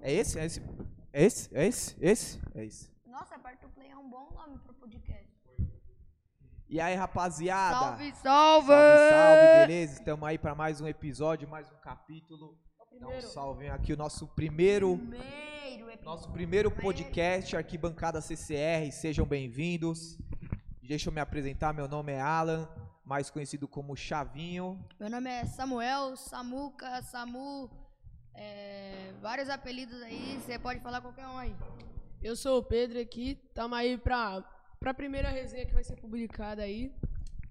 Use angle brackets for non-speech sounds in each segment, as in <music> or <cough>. É esse? É esse? É esse? É esse? Esse? É esse. Nossa, Bar to Play é um bom nome pro podcast. E aí, rapaziada? Salve, salve! Salve, salve, beleza? Estamos aí para mais um episódio, mais um capítulo. Então, salve aqui o nosso primeiro, Primeiro episódio. nosso primeiro podcast Arquibancada CCR. Sejam bem-vindos. Deixa eu me apresentar. Meu nome é Alan, mais conhecido como Chavinho. Meu nome é Samuel, Samuca, Samu, é, vários apelidos aí, você pode falar qualquer um aí. Eu sou o Pedro aqui, tamo aí pra, pra primeira resenha que vai ser publicada aí.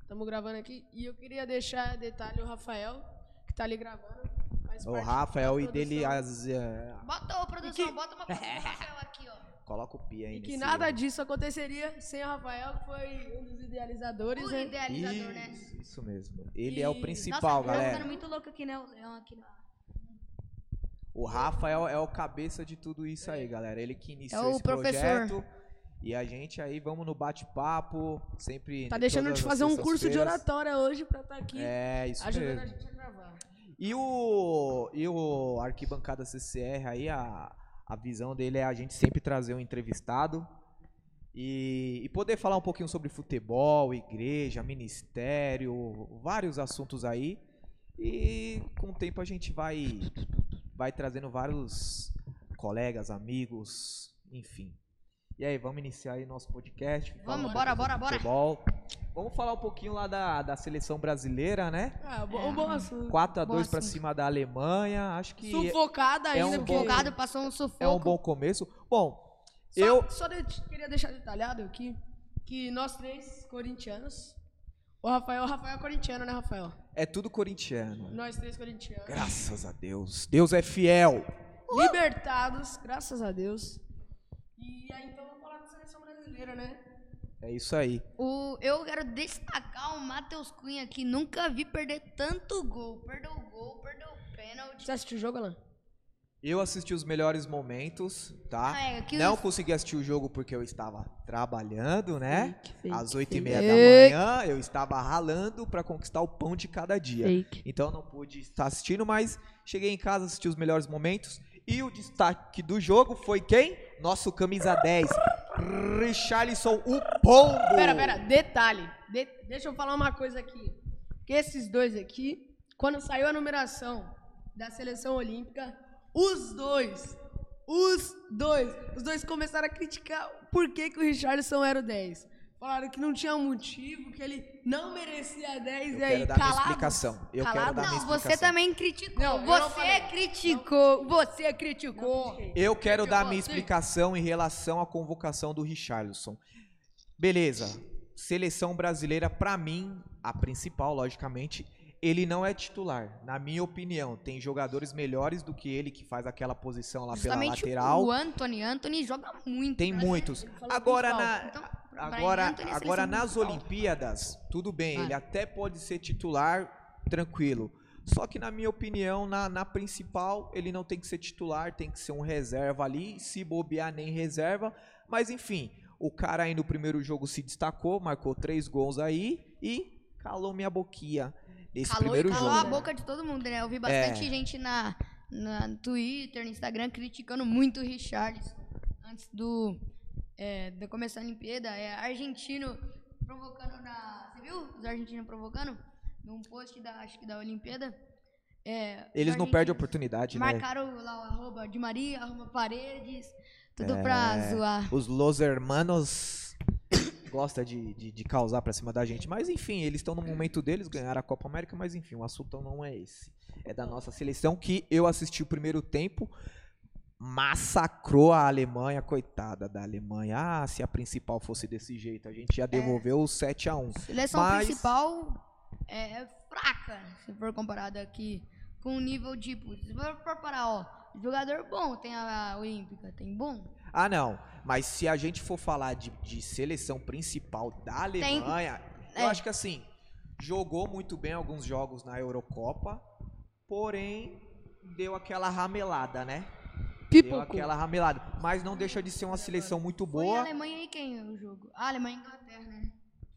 Tamo gravando aqui. E eu queria deixar detalhe o Rafael, que tá ali gravando. faz O parte Rafael da e dele produção. as, eh, Bota, ô <laughs> produção, bota uma foto do Rafael aqui, ó. coloca o pia aí. E que nesse- nada disso aconteceria sem o Rafael, que foi um dos idealizadores, O né? idealizador, né? Isso, isso mesmo. Ele é o E- principal, Nossa, tá galera. ficando muito louco aqui, né? O leão aqui, né? O Rafa é o, é o cabeça de tudo isso aí, galera. Ele que iniciou É o esse professor. projeto. E a gente aí vamos no bate-papo, sempre Tá em deixando todas de as fazer um curso de sextas-feiras. oratória hoje pra estar aqui É, isso ajudando a mesmo. gente a gravar. E o e o arquibancada CCR aí a, a visão dele é a gente sempre trazer um entrevistado e, e poder falar um pouquinho sobre futebol, igreja, ministério, vários assuntos aí. E com o tempo a gente vai vai trazendo vários colegas, amigos, enfim. E aí, vamos iniciar aí nosso podcast. Vamos, falando bora, sobre bora, bora. futebol. Vamos falar um pouquinho lá da, da seleção brasileira, né? Ah, bo- um bom assunto. 4 a Bom 2 para assunto. cima da Alemanha. Acho que Sufocada é ainda, um porque- bom- Folgado, passou um sufoco. é um bom começo. Bom, Só, eu só de- queria deixar detalhado aqui que nós três corintianos. O Rafael, o Rafael é corintiano, né, Rafael? é tudo corintiano. Nós três corintianos. Graças a Deus. Deus é fiel. Libertados, graças a Deus. E aí, então, vamos falar da seleção brasileira, né? É isso aí. O, eu quero destacar o Matheus Cunha que nunca vi perder tanto gol. Perdeu gol, perdeu pênalti. Você assistiu o jogo, Alan? Eu assisti os melhores momentos, tá? Ah, é, que Não os- consegui assistir o jogo porque eu estava trabalhando, né? Fake, fake, Às oito e fake. meia da manhã, eu estava ralando para conquistar o pão de cada dia. Fake. Então não pude estar assistindo, mas cheguei em casa, assisti os melhores momentos. E o destaque do jogo foi quem? Nosso camisa 10, Richarlison, o pombo. Pera, pera, detalhe. De- deixa eu falar uma coisa aqui. Que esses dois aqui, quando saiu a numeração da seleção olímpica, os dois, os dois, os dois começaram a criticar por que, que o Richardson era o 10. Falaram que não tinha um motivo, que ele não merecia 10 Eu e aí quero dar minha calados, explicação. Eu quero calados, dar minha Não, você explicação. também criticou. Não, eu não você falei. criticou. Você criticou. critiquei. Eu quero dar minha Sim. explicação em relação à convocação do Richarlison. Beleza. Seleção brasileira, pra mim, a principal, logicamente, ele não é titular. Na minha opinião, tem jogadores melhores do que ele que faz aquela posição lá Justamente pela lateral. o Anthony. Anthony joga muito. Tem muitos. ele falou Agora, principal. na, Então, pra Brian agora, Anthony, a agora seleção nas principal. Olimpíadas, tudo bem, Ah. ele até pode ser titular, tranquilo. Só que, na minha opinião, na, na principal, ele não tem que ser titular, tem que ser um reserva ali. Se bobear, nem reserva. Mas, enfim, o cara aí no primeiro jogo se destacou, marcou três gols aí e calou minha boquinha nesse Calou, e primeiro calou a jogo. É. boca de todo mundo, né? Eu vi bastante gente na, na no Twitter, no Instagram, criticando muito o Richarlison antes do é, de começar a Olimpíada. É, argentino provocando na. Você viu? Os argentinos provocando? Num post da, acho que da Olimpíada. É, os Eles não perdem a argentinos oportunidade, né? Marcaram lá o arroba de Maria, arroba paredes, tudo É. pra zoar. Os Los Hermanos gosta de, de, de causar pra cima da gente. Mas enfim, eles estão no momento deles, ganharam a Copa América, mas enfim, o assunto não é esse. É da nossa seleção que eu assisti o primeiro tempo. Massacrou a Alemanha, coitada da Alemanha. Ah, se a principal fosse desse jeito, a gente ia devolver o 7 a 1 Seleção Mas- é principal é, é fraca, se for comparada aqui com o nível tipo. Se for comparar, ó, jogador bom tem a, Olímpica, tem bom. Ah, não. Mas se a gente for falar de, de seleção principal da Tem- Alemanha, é. eu acho que assim, jogou muito bem alguns jogos na Eurocopa, porém deu aquela ramelada, né? Deu Pipocou. aquela ramelada. Mas não deixa de ser uma seleção muito Foi a boa. Ah, Alemanha e quem o jogo? A Alemanha e Inglaterra, né?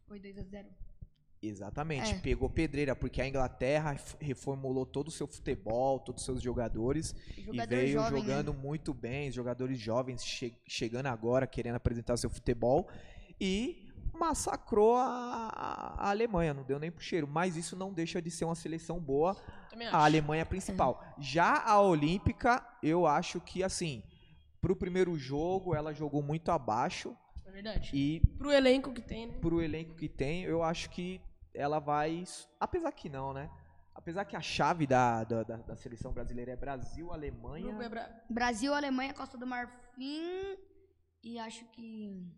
Foi 2x0. Exatamente, É. pegou pedreira, porque a Inglaterra f- reformulou todo o seu futebol, todos os seus jogadores, e Jogador veio jovem, né? jogando muito bem, os jogadores jovens che- chegando agora, querendo apresentar seu futebol, e massacrou a, a Alemanha, não deu nem pro cheiro, mas isso não deixa de ser uma seleção boa, Também a Alemanha principal. É. Já a Olímpica, eu acho que assim, pro primeiro jogo ela jogou muito abaixo É verdade. e Pro elenco que tem, né? pro elenco que tem, eu acho que ela vai. Apesar que não, né? Apesar que a chave da, da, da- da seleção brasileira é Brasil, Grupo é Alemanha. bra- né? Brasil, Alemanha, Costa do Marfim e acho que...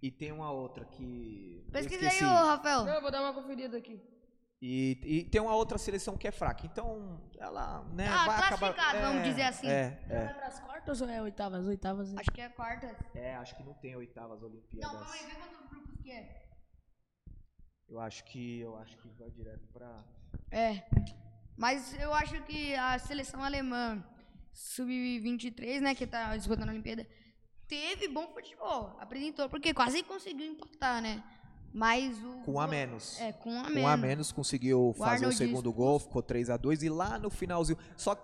E tem uma outra que. eu Pesquisa aí, esqueci. ô, Rafael. Não, eu vou dar uma conferida aqui. E, e tem uma outra seleção que é fraca. Então, ela. Né, Ah, vai acabar- classificado, é, vamos dizer assim. É, É. é. Vai pras quartas ou é oitavas? Oitavas. né? Acho que é quarta. É, acho que não tem oitavas Não, calma aí, Olimpíadas. vê quantos grupos que é. Eu acho que. Eu acho que vai direto pra. É. Mas eu acho que a seleção alemã sub-23, né, que tá disputando a Olimpíada, teve bom futebol. Apresentou, porque quase conseguiu empatar, né? Mas o... Com um a menos. É, com a Com menos. um a menos conseguiu fazer o Arnold segundo gol, ficou 3 a 2 e lá no finalzinho, só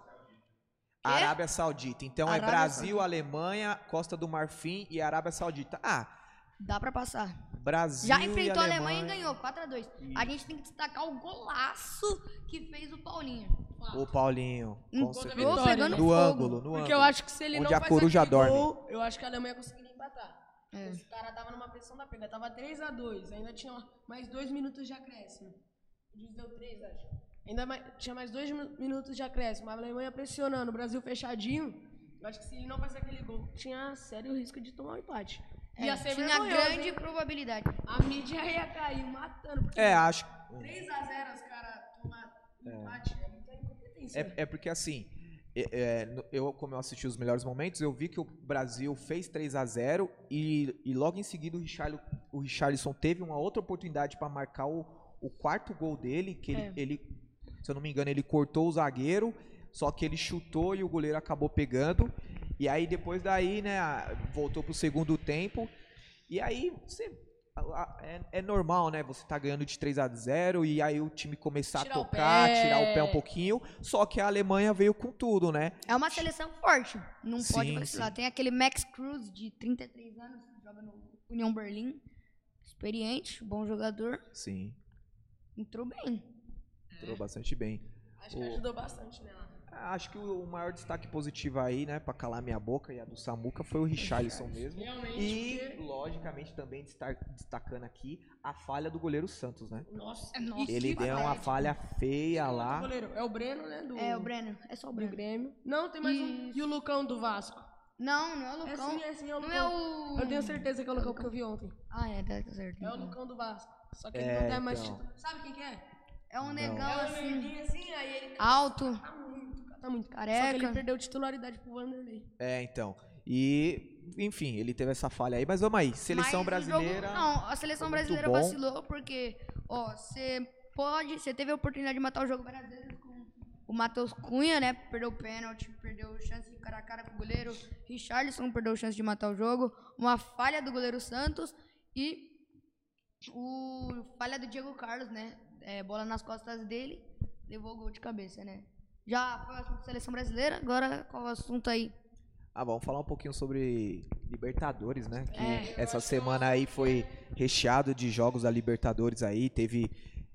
Arábia Saudita. Então é Arábia Brasil, Alemanha, Costa do Marfim e Arábia Saudita. Ah, Dá pra passar. Brasil Já e enfrentou a Alemanha, Alemanha e ganhou, 4x2. A gente tem que destacar o golaço que fez o Paulinho. O Paulinho, com Hum, certeza. Gol Um Vitória, pegando né? no fogo. ângulo, no Porque ângulo. eu acho que se ele Onde não a faz coruja aquele dorme. gol, eu acho que a Alemanha conseguiria empatar. É. Os caras tava numa pressão da pega, tava 3x2, ainda tinha mais dois minutos de acréscimo. O juiz deu 3, acho. Ainda mais- tinha mais dois minu- minutos de acréscimo, a Alemanha pressionando, o Brasil fechadinho. Eu acho que se ele não faz aquele gol, tinha sério risco de tomar um empate. É, Ia ser tinha vergonhoso, grande hein? probabilidade. A mídia ia cair matando. Porque É, acho. 3x0 os caras tomaram um empate, é muita incompetência. É, é porque assim, é- é, no- eu como eu assisti os melhores momentos, eu vi que o Brasil fez 3 a 0 e, e logo em seguida o, Richarli- o Richarlison teve uma outra oportunidade para marcar o, o quarto gol dele, que ele, É. ele- se eu não me engano, ele cortou o zagueiro, só que ele chutou e o goleiro acabou pegando. E aí depois daí, né, a- voltou pro segundo tempo. E aí você a- a- é, é normal, né? Você tá ganhando de 3 a 0 e aí o time começar Tirar a o tocar, pé. tirar o pé um pouquinho. Só que a Alemanha veio com tudo, né? É uma seleção forte. Não pode Sim, vacilar. Tem aquele Max Cruz, de 33 anos, que joga no União Berlim. Experiente, bom jogador. Sim, Entrou bem. Hum. entrou bastante bem. Acho que o- ajudou bastante né, nela. Acho que o o maior destaque positivo aí, né, pra calar minha boca e a do Samuca foi o Richarlison mesmo. Realmente, E, porque- logicamente, também destar- destacando aqui a falha do goleiro Santos, né? Nossa, É, nossa, e Ele que deu uma falha falha. feia Outro lá. goleiro. É o Breno, né? Do, É, o Breno. É só o do Breno. Grêmio. Não, tem mais um. E o Lucão do Vasco. Não, não é o Lucão. É sim, é sim, é o Não é Lucão. o... Eu tenho certeza que é o Lucão, porque eu vi ontem. Ah, é, tá tá certo. É o então. Lucão do Vasco. Só que É, ele não é mais então. titular. Sabe quem que é? É um negão, É o assim, Neguinho, assim, aí ele alto. tá muito, tá muito. Só que Careca. ele perdeu titularidade pro Vanderlei. É, então. E, enfim, ele teve essa falha aí, mas vamos aí. Seleção Mas o jogo- brasileira. não, a seleção foi muito brasileira bom. vacilou porque, ó, você pode, você teve a oportunidade de matar o jogo brasileiro com o Matheus Cunha, né? Perdeu o pênalti, perdeu chance de cara a cara com o goleiro. Richarlison perdeu chance de matar o jogo. Uma falha do goleiro Santos e o falha do Diego Carlos, né? É, bola nas costas dele, levou o gol de cabeça, né? Já foi o assunto da seleção brasileira, agora qual é o assunto aí? Ah, vamos falar um pouquinho sobre Libertadores, né? Que É. essa semana aí foi recheado de jogos da Libertadores aí. Teve,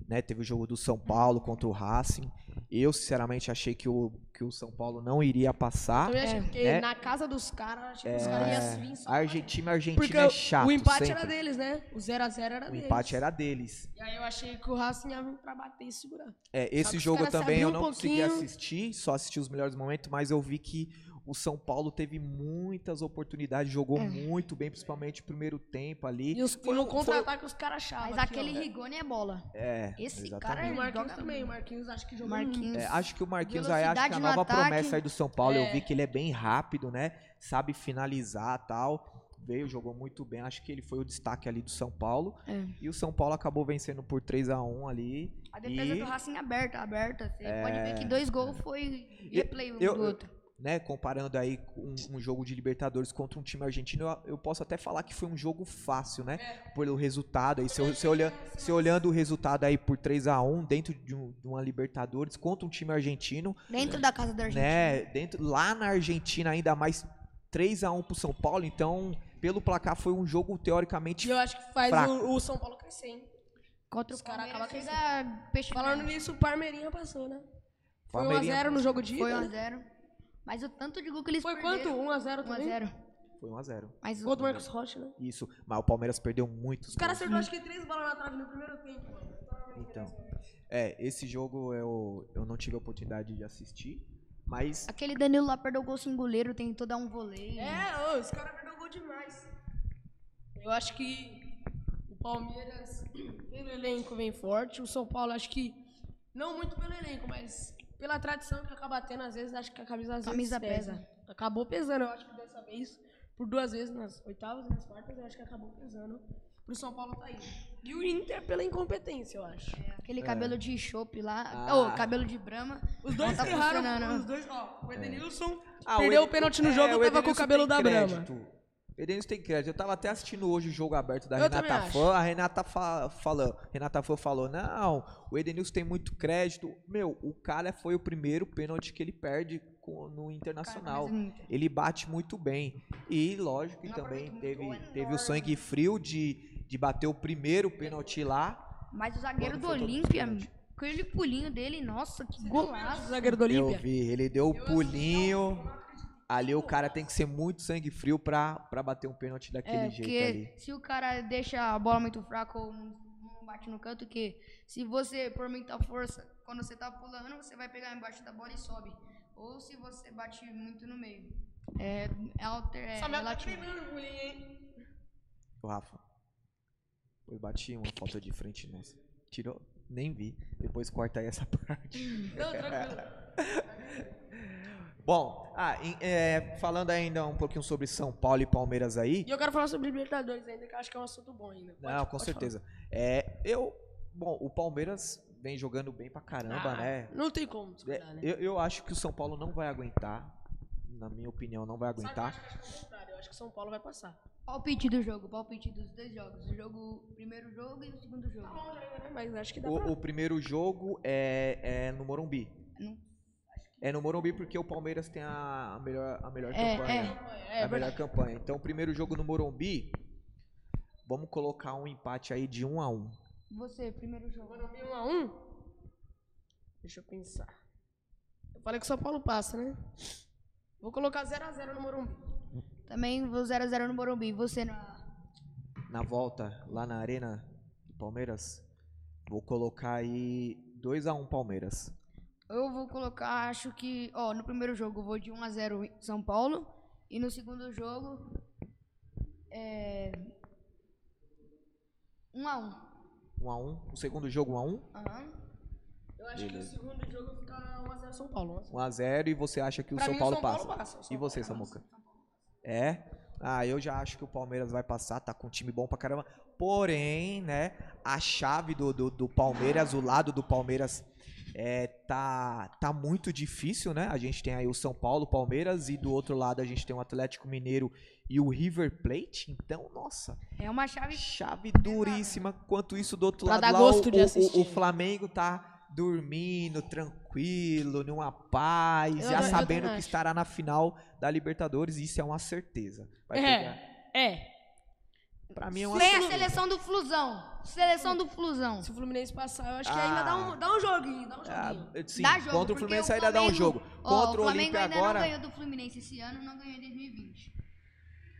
né, teve o jogo do São Paulo contra o Racing. Eu, sinceramente, achei que o, que o São Paulo não iria passar. Também É. achei, porque né? na casa dos caras, achei que os caras iam vir só. A Argentina, a Argentina Porque é chato o empate sempre. era deles, né? O 0x0 era O deles. empate era deles. E aí eu achei que o Racing ia vir pra bater e segurar. É, Só esse que os jogo caras se também eu abriu um não consegui pouquinho. assistir, só assisti os melhores momentos, mas eu vi que o São Paulo teve muitas oportunidades, jogou É. muito bem, principalmente o primeiro tempo ali. E, os, e Foi um- no foi- contra-ataque os caras Ah, achavam. Mas aqui, ó. aquele Rigoni é bola. É, Esse cara exatamente. E o Marquinhos joga também. O Marquinhos acho que jogou muito. Marquinhos. É, acho que o Marquinhos aí acho Velocidade que é a no nova ataque. promessa aí do São Paulo. Eu É. vi que ele é bem rápido, né? Sabe finalizar tal. Veio, jogou muito bem. Acho que ele foi o destaque ali do São Paulo. É. E o São Paulo acabou vencendo por 3 a 1 ali. A defesa é E- assim. É. do Racing aberta, aberta. Você pode ver que dois gols foi E- replay um eu- do outro. né, comparando aí um, um jogo de Libertadores contra um time argentino, eu, eu posso até falar que foi um jogo fácil, né? É. Pelo resultado aí, se, eu- se, olha, se olhando o resultado aí por 3 a 1 dentro de, um- de uma Libertadores contra um time argentino, Dentro da casa da Argentina. né, dentro lá na Argentina ainda mais 3 a 1 pro São Paulo, então pelo placar foi um jogo teoricamente E eu acho que faz Fraco. o, o São Paulo crescer, hein? Contra o Os cara Palmeiras. acaba Fez a peixe Falando grande. nisso, o Parmeirinha passou, né? Foi Palmeirinha- 1x0 no jogo de ida. Foi 1x0. Mas o tanto de gol que eles Foi quanto? perderam. 1x0 também? 1x0. foi 1 a 0. Mas o... Gol do Marcos Rocha, né? Isso, mas o Palmeiras perdeu muitos Os caras gols. acertou acho que três bolas na trave no primeiro tempo. mano. Então, é, esse jogo eu, eu não tive a oportunidade de assistir, mas Aquele Danilo lá perdeu o gol sem goleiro, tentou dar um voleio. É, ô, os caras perderam gol demais. Eu acho que o Palmeiras, pelo elenco, vem forte. O São Paulo, acho que, não muito pelo elenco, mas pela tradição que acaba tendo, às vezes, acho que a camisa, às vezes, Camisa pesa. Acabou pesando, eu acho que dessa vez, por duas vezes, nas oitavas e nas quartas, eu acho que acabou pesando. Pro São Paulo tá aí. E o Inter pela incompetência, eu acho. Aquele cabelo de chope lá. É. Ah. Ô, cabelo de brama. Os dois tá erraram, funcionando. os dois, ó, o Edenilson Ah, perdeu o, Ed- pênalti no é, jogo, o tava com o Edenilson tem cabelo da Brama. crédito. Edenilson tem crédito. Eu tava até assistindo hoje o jogo aberto da Eu também Renata acho. Fã. A Renata fa falando, Renata Fã falou: "Não, o Edenilson tem muito crédito". Meu, o cara foi o primeiro pênalti que ele perde com- no Internacional. Ele bate muito bem. E lógico que Não também aproveita muito, teve, gol teve enorme. o sangue frio de, de bater o primeiro pênalti lá. Mas o zagueiro Quando do foi todo Olímpia, pênalti. aquele pulinho dele, nossa, que O golaço. zagueiro do Eu Olímpia. vi, ele deu o pulinho. Ali o cara tem que ser muito sangue frio pra, pra bater um pênalti daquele É, jeito ali. porque se o cara deixa a bola muito fraca ou não não bate no canto, que se você, por muita força, quando você tá pulando, você vai pegar embaixo da bola e sobe. Ou se você bate muito no meio. É, é alter, é Samuel tá relativo. tremendo, bullying, hein? O Rafa. Eu bati uma falta de frente, nossa. Tirou? Nem vi. Depois corta aí essa <laughs> parte. Não, tranquilo. Bom, ah, em- é, falando ainda um pouquinho sobre São Paulo e Palmeiras aí. <laughs> E eu quero falar sobre Libertadores ainda, que eu acho que é um assunto bom ainda. Pode- Não, com pode certeza. É, eu. Bom, o Palmeiras vem jogando bem pra falar. caramba, Ah, né? Não tem como É, discordar, né? eu, eu acho que o São Paulo não vai aguentar. Na minha opinião, não vai Sabe, eu acho aguentar. que acho que é o contrário, eu acho que o São Paulo vai passar. Palpite do jogo, palpite dos dois jogos. O jogo, o primeiro jogo e o segundo jogo. Bom, já era, É, Mas acho que dá pra... O, o primeiro jogo é, é no Morumbi. Não. É no Morumbi porque o Palmeiras tem a, a melhor, a melhor É, campanha. é. É, É é a melhor verdade. campanha. Então, o primeiro jogo no Morumbi, vamos colocar um empate aí de 1 a 1 Você, primeiro jogo. Morumbi 1 a 1 Deixa eu pensar. Eu falei que o São Paulo passa, né? Vou colocar 0x0 no Morumbi. Também vou 0x0 no Morumbi. Você na. na volta lá na Arena do Palmeiras. Vou colocar aí 2 a 1 Palmeiras. Eu vou colocar, acho que, ó, no primeiro jogo eu vou de 1x0 São Paulo. E no segundo jogo. É. 1x1. 1 a 1. O segundo jogo 1 a 1, Aham. Eu acho Beleza. que o segundo jogo fica 1x0 São Paulo. 1 a 0 e você acha que o Pra São mim, o Paulo São passa. Paulo passa, o São e você, Paulo passa. Samuca? É? Ah, eu já acho que o Palmeiras vai passar, tá com um time bom pra caramba. Porém, né, a chave do, do, do Palmeiras, o lado do Palmeiras é, tá, tá muito difícil, né? A gente tem aí o São Paulo, o Palmeiras, e do outro lado a gente tem o Atlético Mineiro e o River Plate. Então, nossa, É uma chave. chave duríssima. Quanto isso, do outro Pra lado, dar lá, gosto o, de o- o- assistir. o Flamengo tá dormindo, tranquilo, numa paz, Eu já ta- eu sabendo também que acho. estará na final da Libertadores. Isso é uma certeza. Vai pegar. É, é. um Pra mim é uma Vem a certeza. seleção do Flusão. Seleção do Flusão. Se o Fluminense passar, eu acho que Ah. ainda dá um, dá um joguinho, dá um Ah, joguinho. sim, Dá jogo, contra o porque Fluminense o ainda dá um Flamengo- jogo. Ó, contra o, o Flamengo Olímpia ainda agora. não ganhou do Fluminense esse ano, não ganhou em 2020.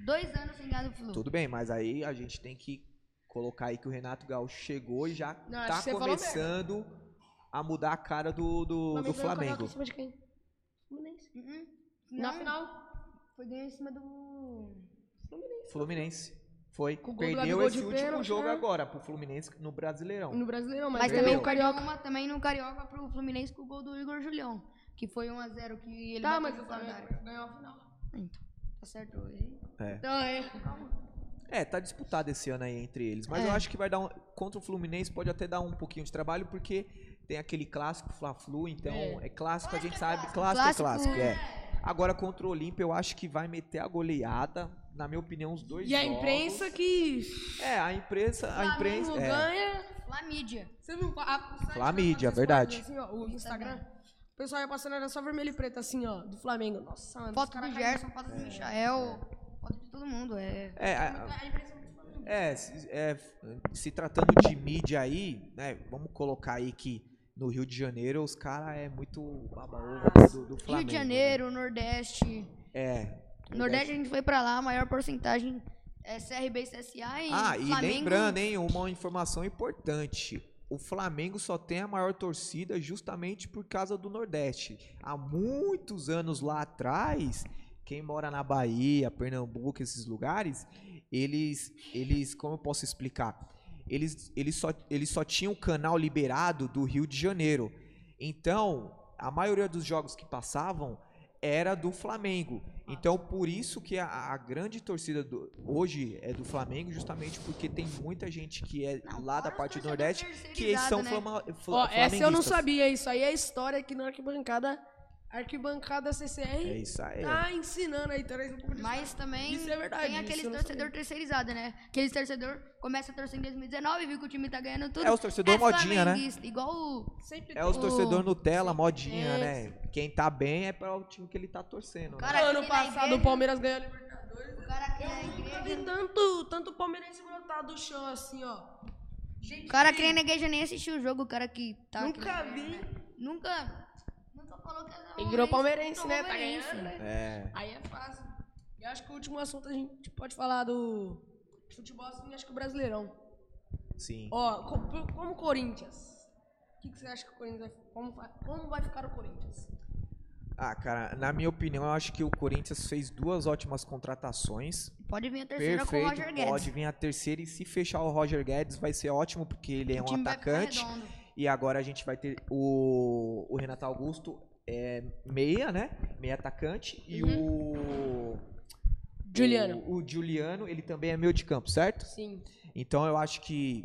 Dois anos sem ganhar do Flu. Tudo bem, mas aí a gente tem que colocar aí que o Renato Gaúcho chegou e já Não, acho tá que você falou merda. começando a mudar a cara do, do, do ganhou o Carioca Flamengo. em cima de quem? Fluminense. Uhum. Na Não, final. Foi ganhar em cima do. Fluminense. Fluminense. Foi. Com o gol do Perdeu Gabigol esse de último pênalti, jogo né? agora pro Fluminense no Brasileirão. No Brasileirão, mas, Mas Entendeu? também ganhou Tá, o Carioca, uma, também no Carioca pro Fluminense com o gol do Igor Julião. Que foi 1x0 que ele Tá, bateu mas o no fora da área. Flamengo ganhou a final. Então, tá certo aí. É. Então é. É, tá disputado esse ano aí entre eles. Mas É. eu acho que vai dar um. Contra o Fluminense pode até dar um pouquinho de trabalho, né? porque tem aquele clássico Fla-Flu, então é, clássico, a gente sabe, clássico, é clássico, é. Agora contra o Olímpia, eu acho que vai meter a goleada. Na minha opinião, os dois E a jogos. imprensa que. É, a imprensa. A Flamengo imprensa. É. ganha. Lá mídia. Você não. A, o site Flamídia, da Fox verdade. Sports, assim, ó, o Instagram. O pessoal ia passando, era só vermelho e preto, assim, ó, do Flamengo. Nossa, mano. os Foto caras do caíram. Gerson, foto do Michael, né? foto de todo mundo. É. É, a- A imprensa é muito foda. É, se- é, f- se tratando de mídia aí, né? Vamos colocar aí que no Rio de Janeiro os caras é muito baba-ovo do, do Flamengo. Rio de Janeiro, Nordeste. né? É. Nordeste a gente foi pra lá, a maior porcentagem é CRB e CSA e Ah, e Flamengo. lembrando, hein, uma informação importante. O Flamengo só tem a maior torcida justamente por causa do Nordeste. Há muitos anos lá atrás, quem mora na Bahia, Pernambuco, esses lugares, eles, eles como eu posso explicar? Eles, eles, só, eles só tinham o canal liberado do Rio de Janeiro. Então, a maioria dos jogos que passavam era do Flamengo. Então, por isso que a, a grande torcida do- hoje é do Flamengo, justamente porque tem muita gente que é Não, lá da fora os parte do torcedor Nordeste que terceirizado, são né? flama, fla, Ó, essa eu não flamenguistas. sabia, isso aí é história aqui na arquibancada. Arquibancada É CCR isso aí. tá ensinando aí, traz um pouco de Mas também Isso é verdade, tem isso aqueles eu não torcedor sabia. terceirizado, né? Aqueles torcedor começa a torcer em 2019, viu que o time tá ganhando tudo. É os torcedor modinha, né? flamenguista, Igual o... Sempre É os O- torcedor Nutella, modinha, É. né? Quem tá bem é para o time que ele tá torcendo. né? Cara, aqui ano na passado igreja- o Palmeiras ganhou a Libertadores. o cara aqui na Nunca vi igreja. né? tanto, tanto palmeirense brotar do chão assim, ó. Gente, O cara que na igreja nem assistiu o jogo, o cara que tá. aqui nunca na vi. igreja, né? Nunca. Nunca falou que era Ele virou palmeirense, palmeirense, né? Tá palmeirense. ganhando, né? É. Aí é fácil. Eu acho que o último assunto a gente pode falar do futebol, assim, acho que o Brasileirão. Sim. Ó, co- pro- como o Corinthians. O que, que você acha que o Corinthians vai, como, vai- como vai ficar o Corinthians? Ah, cara, na minha opinião, eu acho que o Corinthians fez duas ótimas contratações. Pode vir a terceira com o Roger Perfeito, Guedes. pode vir a terceira e se fechar o Roger Guedes vai ser ótimo porque ele é O um time vai ficar atacante redondo. e agora a gente vai ter o, o Renato Augusto é meia, né? Meia atacante e Uhum. o Juliano. O, o Juliano, ele também é meio de campo, certo? Sim. Então eu acho que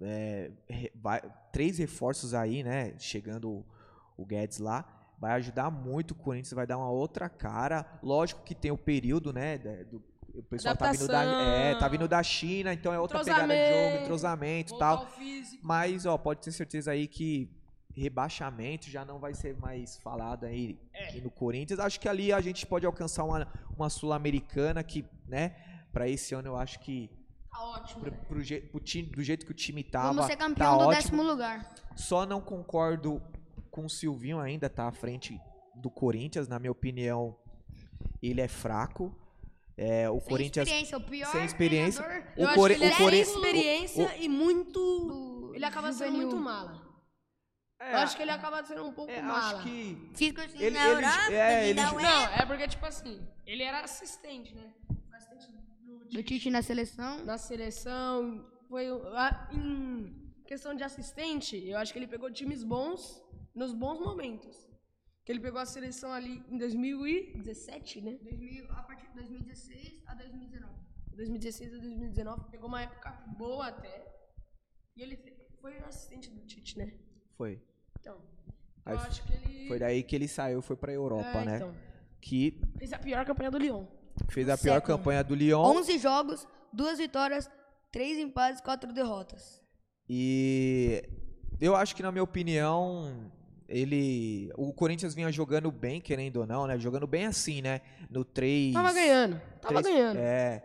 é, re- vai- três reforços aí, né? Chegando o Guedes lá. Vai ajudar muito o Corinthians, vai dar uma outra cara. Lógico que tem o período, né? da- do- o pessoal tá vindo, da, é, tá vindo da China, então é outra pegada de jogo, Entrosamento, entrosamento e Voltar tal. ao físico. Mas, ó, pode ter certeza aí que rebaixamento já não vai ser mais falado aí aqui no Corinthians. Acho que ali a gente pode alcançar uma, uma Sul-Americana que, né, pra esse ano eu acho que Tá ótimo. pro, pro je- pro time, do jeito que o time tava, Vamos ser tá campeão do ótimo. décimo lugar. Só não concordo com o Silvinho ainda, tá à frente do Corinthians, na minha opinião, ele é fraco. É, o Sem Corinthians experiência, o pior sem experiência. treinador O Eu Core- acho que o ele é Core- sem experiência e muito... do- Ele acaba sendo juvenil. muito mala. É, Eu acho que ele acaba sendo um pouco é, mala. acho que Fiz cursinho Ele- assim, na ele- Europa, é, me ele- dá um Não, é porque, tipo assim, ele era assistente, né? Assistente do do Tite na seleção. na seleção. Foi o- a- em questão de assistente, eu acho que ele pegou times bons nos bons momentos. Que ele pegou a seleção ali em 2017, né? 2000, a partir de 2016 a 2019. 2016 a 2019, pegou uma época boa até. E ele fe- foi assistente do Tite, né? foi. Então, Aí eu acho que ele Foi daí que ele saiu, foi pra Europa, É, né? então. Que fez a pior campanha do Lyon. Fez a pior Século. campanha do Lyon 11 jogos, 2 vitórias, 3 empates, 4 derrotas. e eu acho que na minha opinião ele o Corinthians vinha jogando bem, querendo ou não, né? Jogando bem assim, né? No 3 Tava ganhando, tava três- ganhando. É,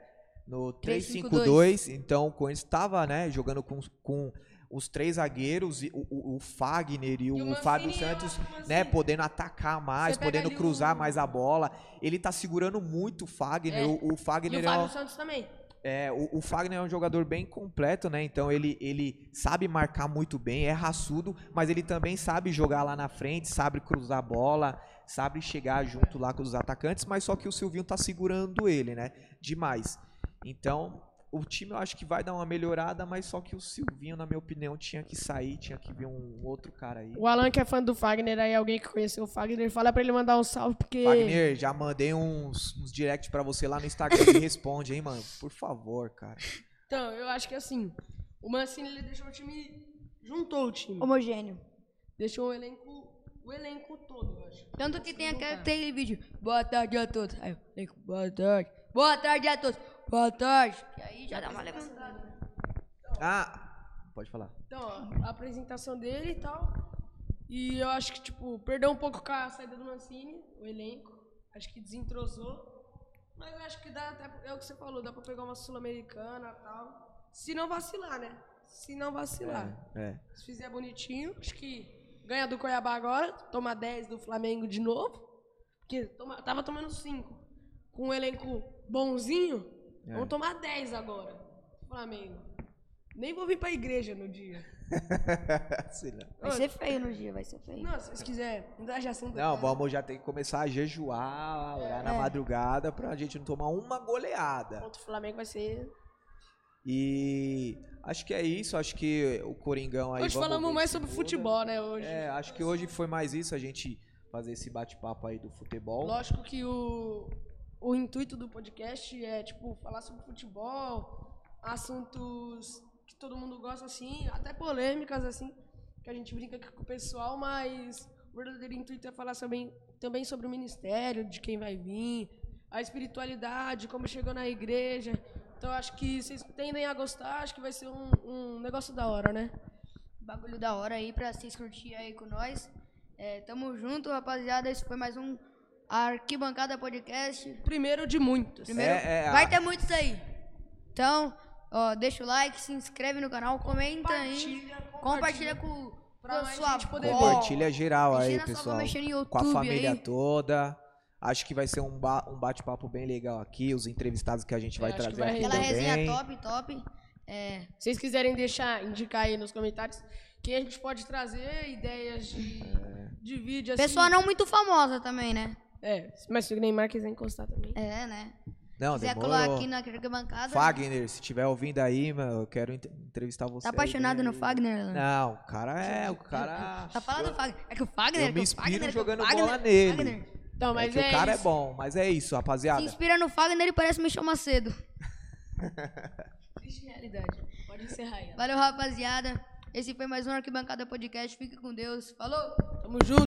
no 3-5-2. 3-5-2, então o Corinthians estava, né, jogando com, com os três zagueiros, e o, o, o Fagner e, o, Mancini, Fábio eu Santos, acho que o né, Mancini- podendo atacar mais, Você pega podendo ali cruzar o- um mais a bola. Ele tá segurando muito o Fagner, É. o, o E Fagner o é um- Fábio Santos também. É, o, o Fagner é um jogador bem completo, né? Então ele, ele sabe marcar muito bem, é raçudo, mas ele também sabe jogar lá na frente, sabe cruzar a bola, sabe chegar junto lá com os atacantes, mas só que o Silvinho tá segurando ele, né? Demais. Então, o time eu acho que vai dar uma melhorada, mas só que o Silvinho, na minha opinião, tinha que sair, tinha que vir um outro cara aí. O Alan que é fã do Fagner, aí alguém que conheceu o Fagner, fala pra ele mandar um salve, porque... Fagner, já mandei uns, uns direct pra você lá no Instagram, me <laughs> responde, hein, mano? Por favor, cara. Então, eu acho que assim, o Mancini ele deixou o time... Juntou o time. Homogêneo. Deixou um elenco o elenco todo, eu acho. Tanto que tem aquele, tem aquele vídeo. Boa tarde a todos. Aí, eu fico, boa tarde. Boa tarde a todos. Boa tarde. E aí já dá uma levantada. Ah, pode falar. Então, ó, a apresentação dele e tal. E eu acho que, tipo, perdeu um pouco com a saída do Mancini, o elenco. Acho que desentrosou. Mas eu acho que dá até. É o que você falou, dá pra pegar uma Sul-Americana e tal. Se não vacilar, né? Se não vacilar. É. Se fizer bonitinho, acho que ganha do Cuiabá agora, toma 10 do Flamengo de novo. Porque toma- tava tomando 5. Com um elenco bonzinho, É. vão tomar 10 agora. Flamengo. Nem vou vir pra igreja no dia. Sei lá. Vai ser feio no dia, vai ser feio. Não, se vocês quiserem, me dá já senta Não, aqui. vamos já ter que começar a jejuar, a orar na É. madrugada pra gente não tomar uma goleada. Contra o Flamengo vai ser. E acho que é isso, acho que o Coringão aí. Hoje vamos falamos ver mais se sobre muda. futebol, né? Hoje. É, acho que hoje foi mais isso, a gente fazer esse bate-papo aí do futebol. É, Lógico que o, o intuito do podcast é, tipo, falar sobre futebol, assuntos que todo mundo gosta, assim, até polêmicas, assim, que a gente brinca aqui com o pessoal, mas o verdadeiro intuito é falar sobre, também sobre o ministério, de quem vai vir, a espiritualidade, como chegou na igreja. Então, acho que vocês tendem a gostar, acho que vai ser um, um negócio da hora, né? Bagulho da hora aí pra vocês curtirem aí com nós. É, tamo junto, rapaziada. Esse foi mais um Arquibancada Podcast. Primeiro de muitos. Primeiro, É, é, vai a- ter muitos aí. Então, ó, deixa o like, se inscreve no canal, comenta aí. Compartilha, Compartilha com, pra com mais sua gente poder ver. avó. Compartilha geral aí, Imagina só, pessoal. vou mexer no Com a YouTube família aí. toda. Acho que vai ser um, ba- um bate-papo bem legal aqui, os entrevistados que a gente vai É, acho que trazer vai aqui render. Aquela resenha também. top, top. É, Se vocês quiserem deixar, indicar aí nos comentários quem a gente pode trazer, ideias de, de vídeo assim. pessoa não muito famosa também, né? É, mas se o Neymar quiser encostar também. É, né? Não, quiser colar demorou. aqui na arquibancada. Fagner, se estiver ouvindo aí, mano, eu quero ent- entrevistar você. Tá aí, apaixonado vem no aí. Fagner? Alan? Não, o cara é, o cara... Tá falando do Fagner. É que o Fagner. Eu me que o Fagner, inspiro que o jogando Fagner, bola que o nele. Fagner. Então, É mas que o cara isso. é bom, mas é isso, Se rapaziada. inspira no Fagner, ele parece Michel Macedo. Triste realidade. Pode encerrar aí. Valeu, rapaziada. Esse foi mais um Arquibancada Podcast. Fique com Deus. Falou! Tamo junto.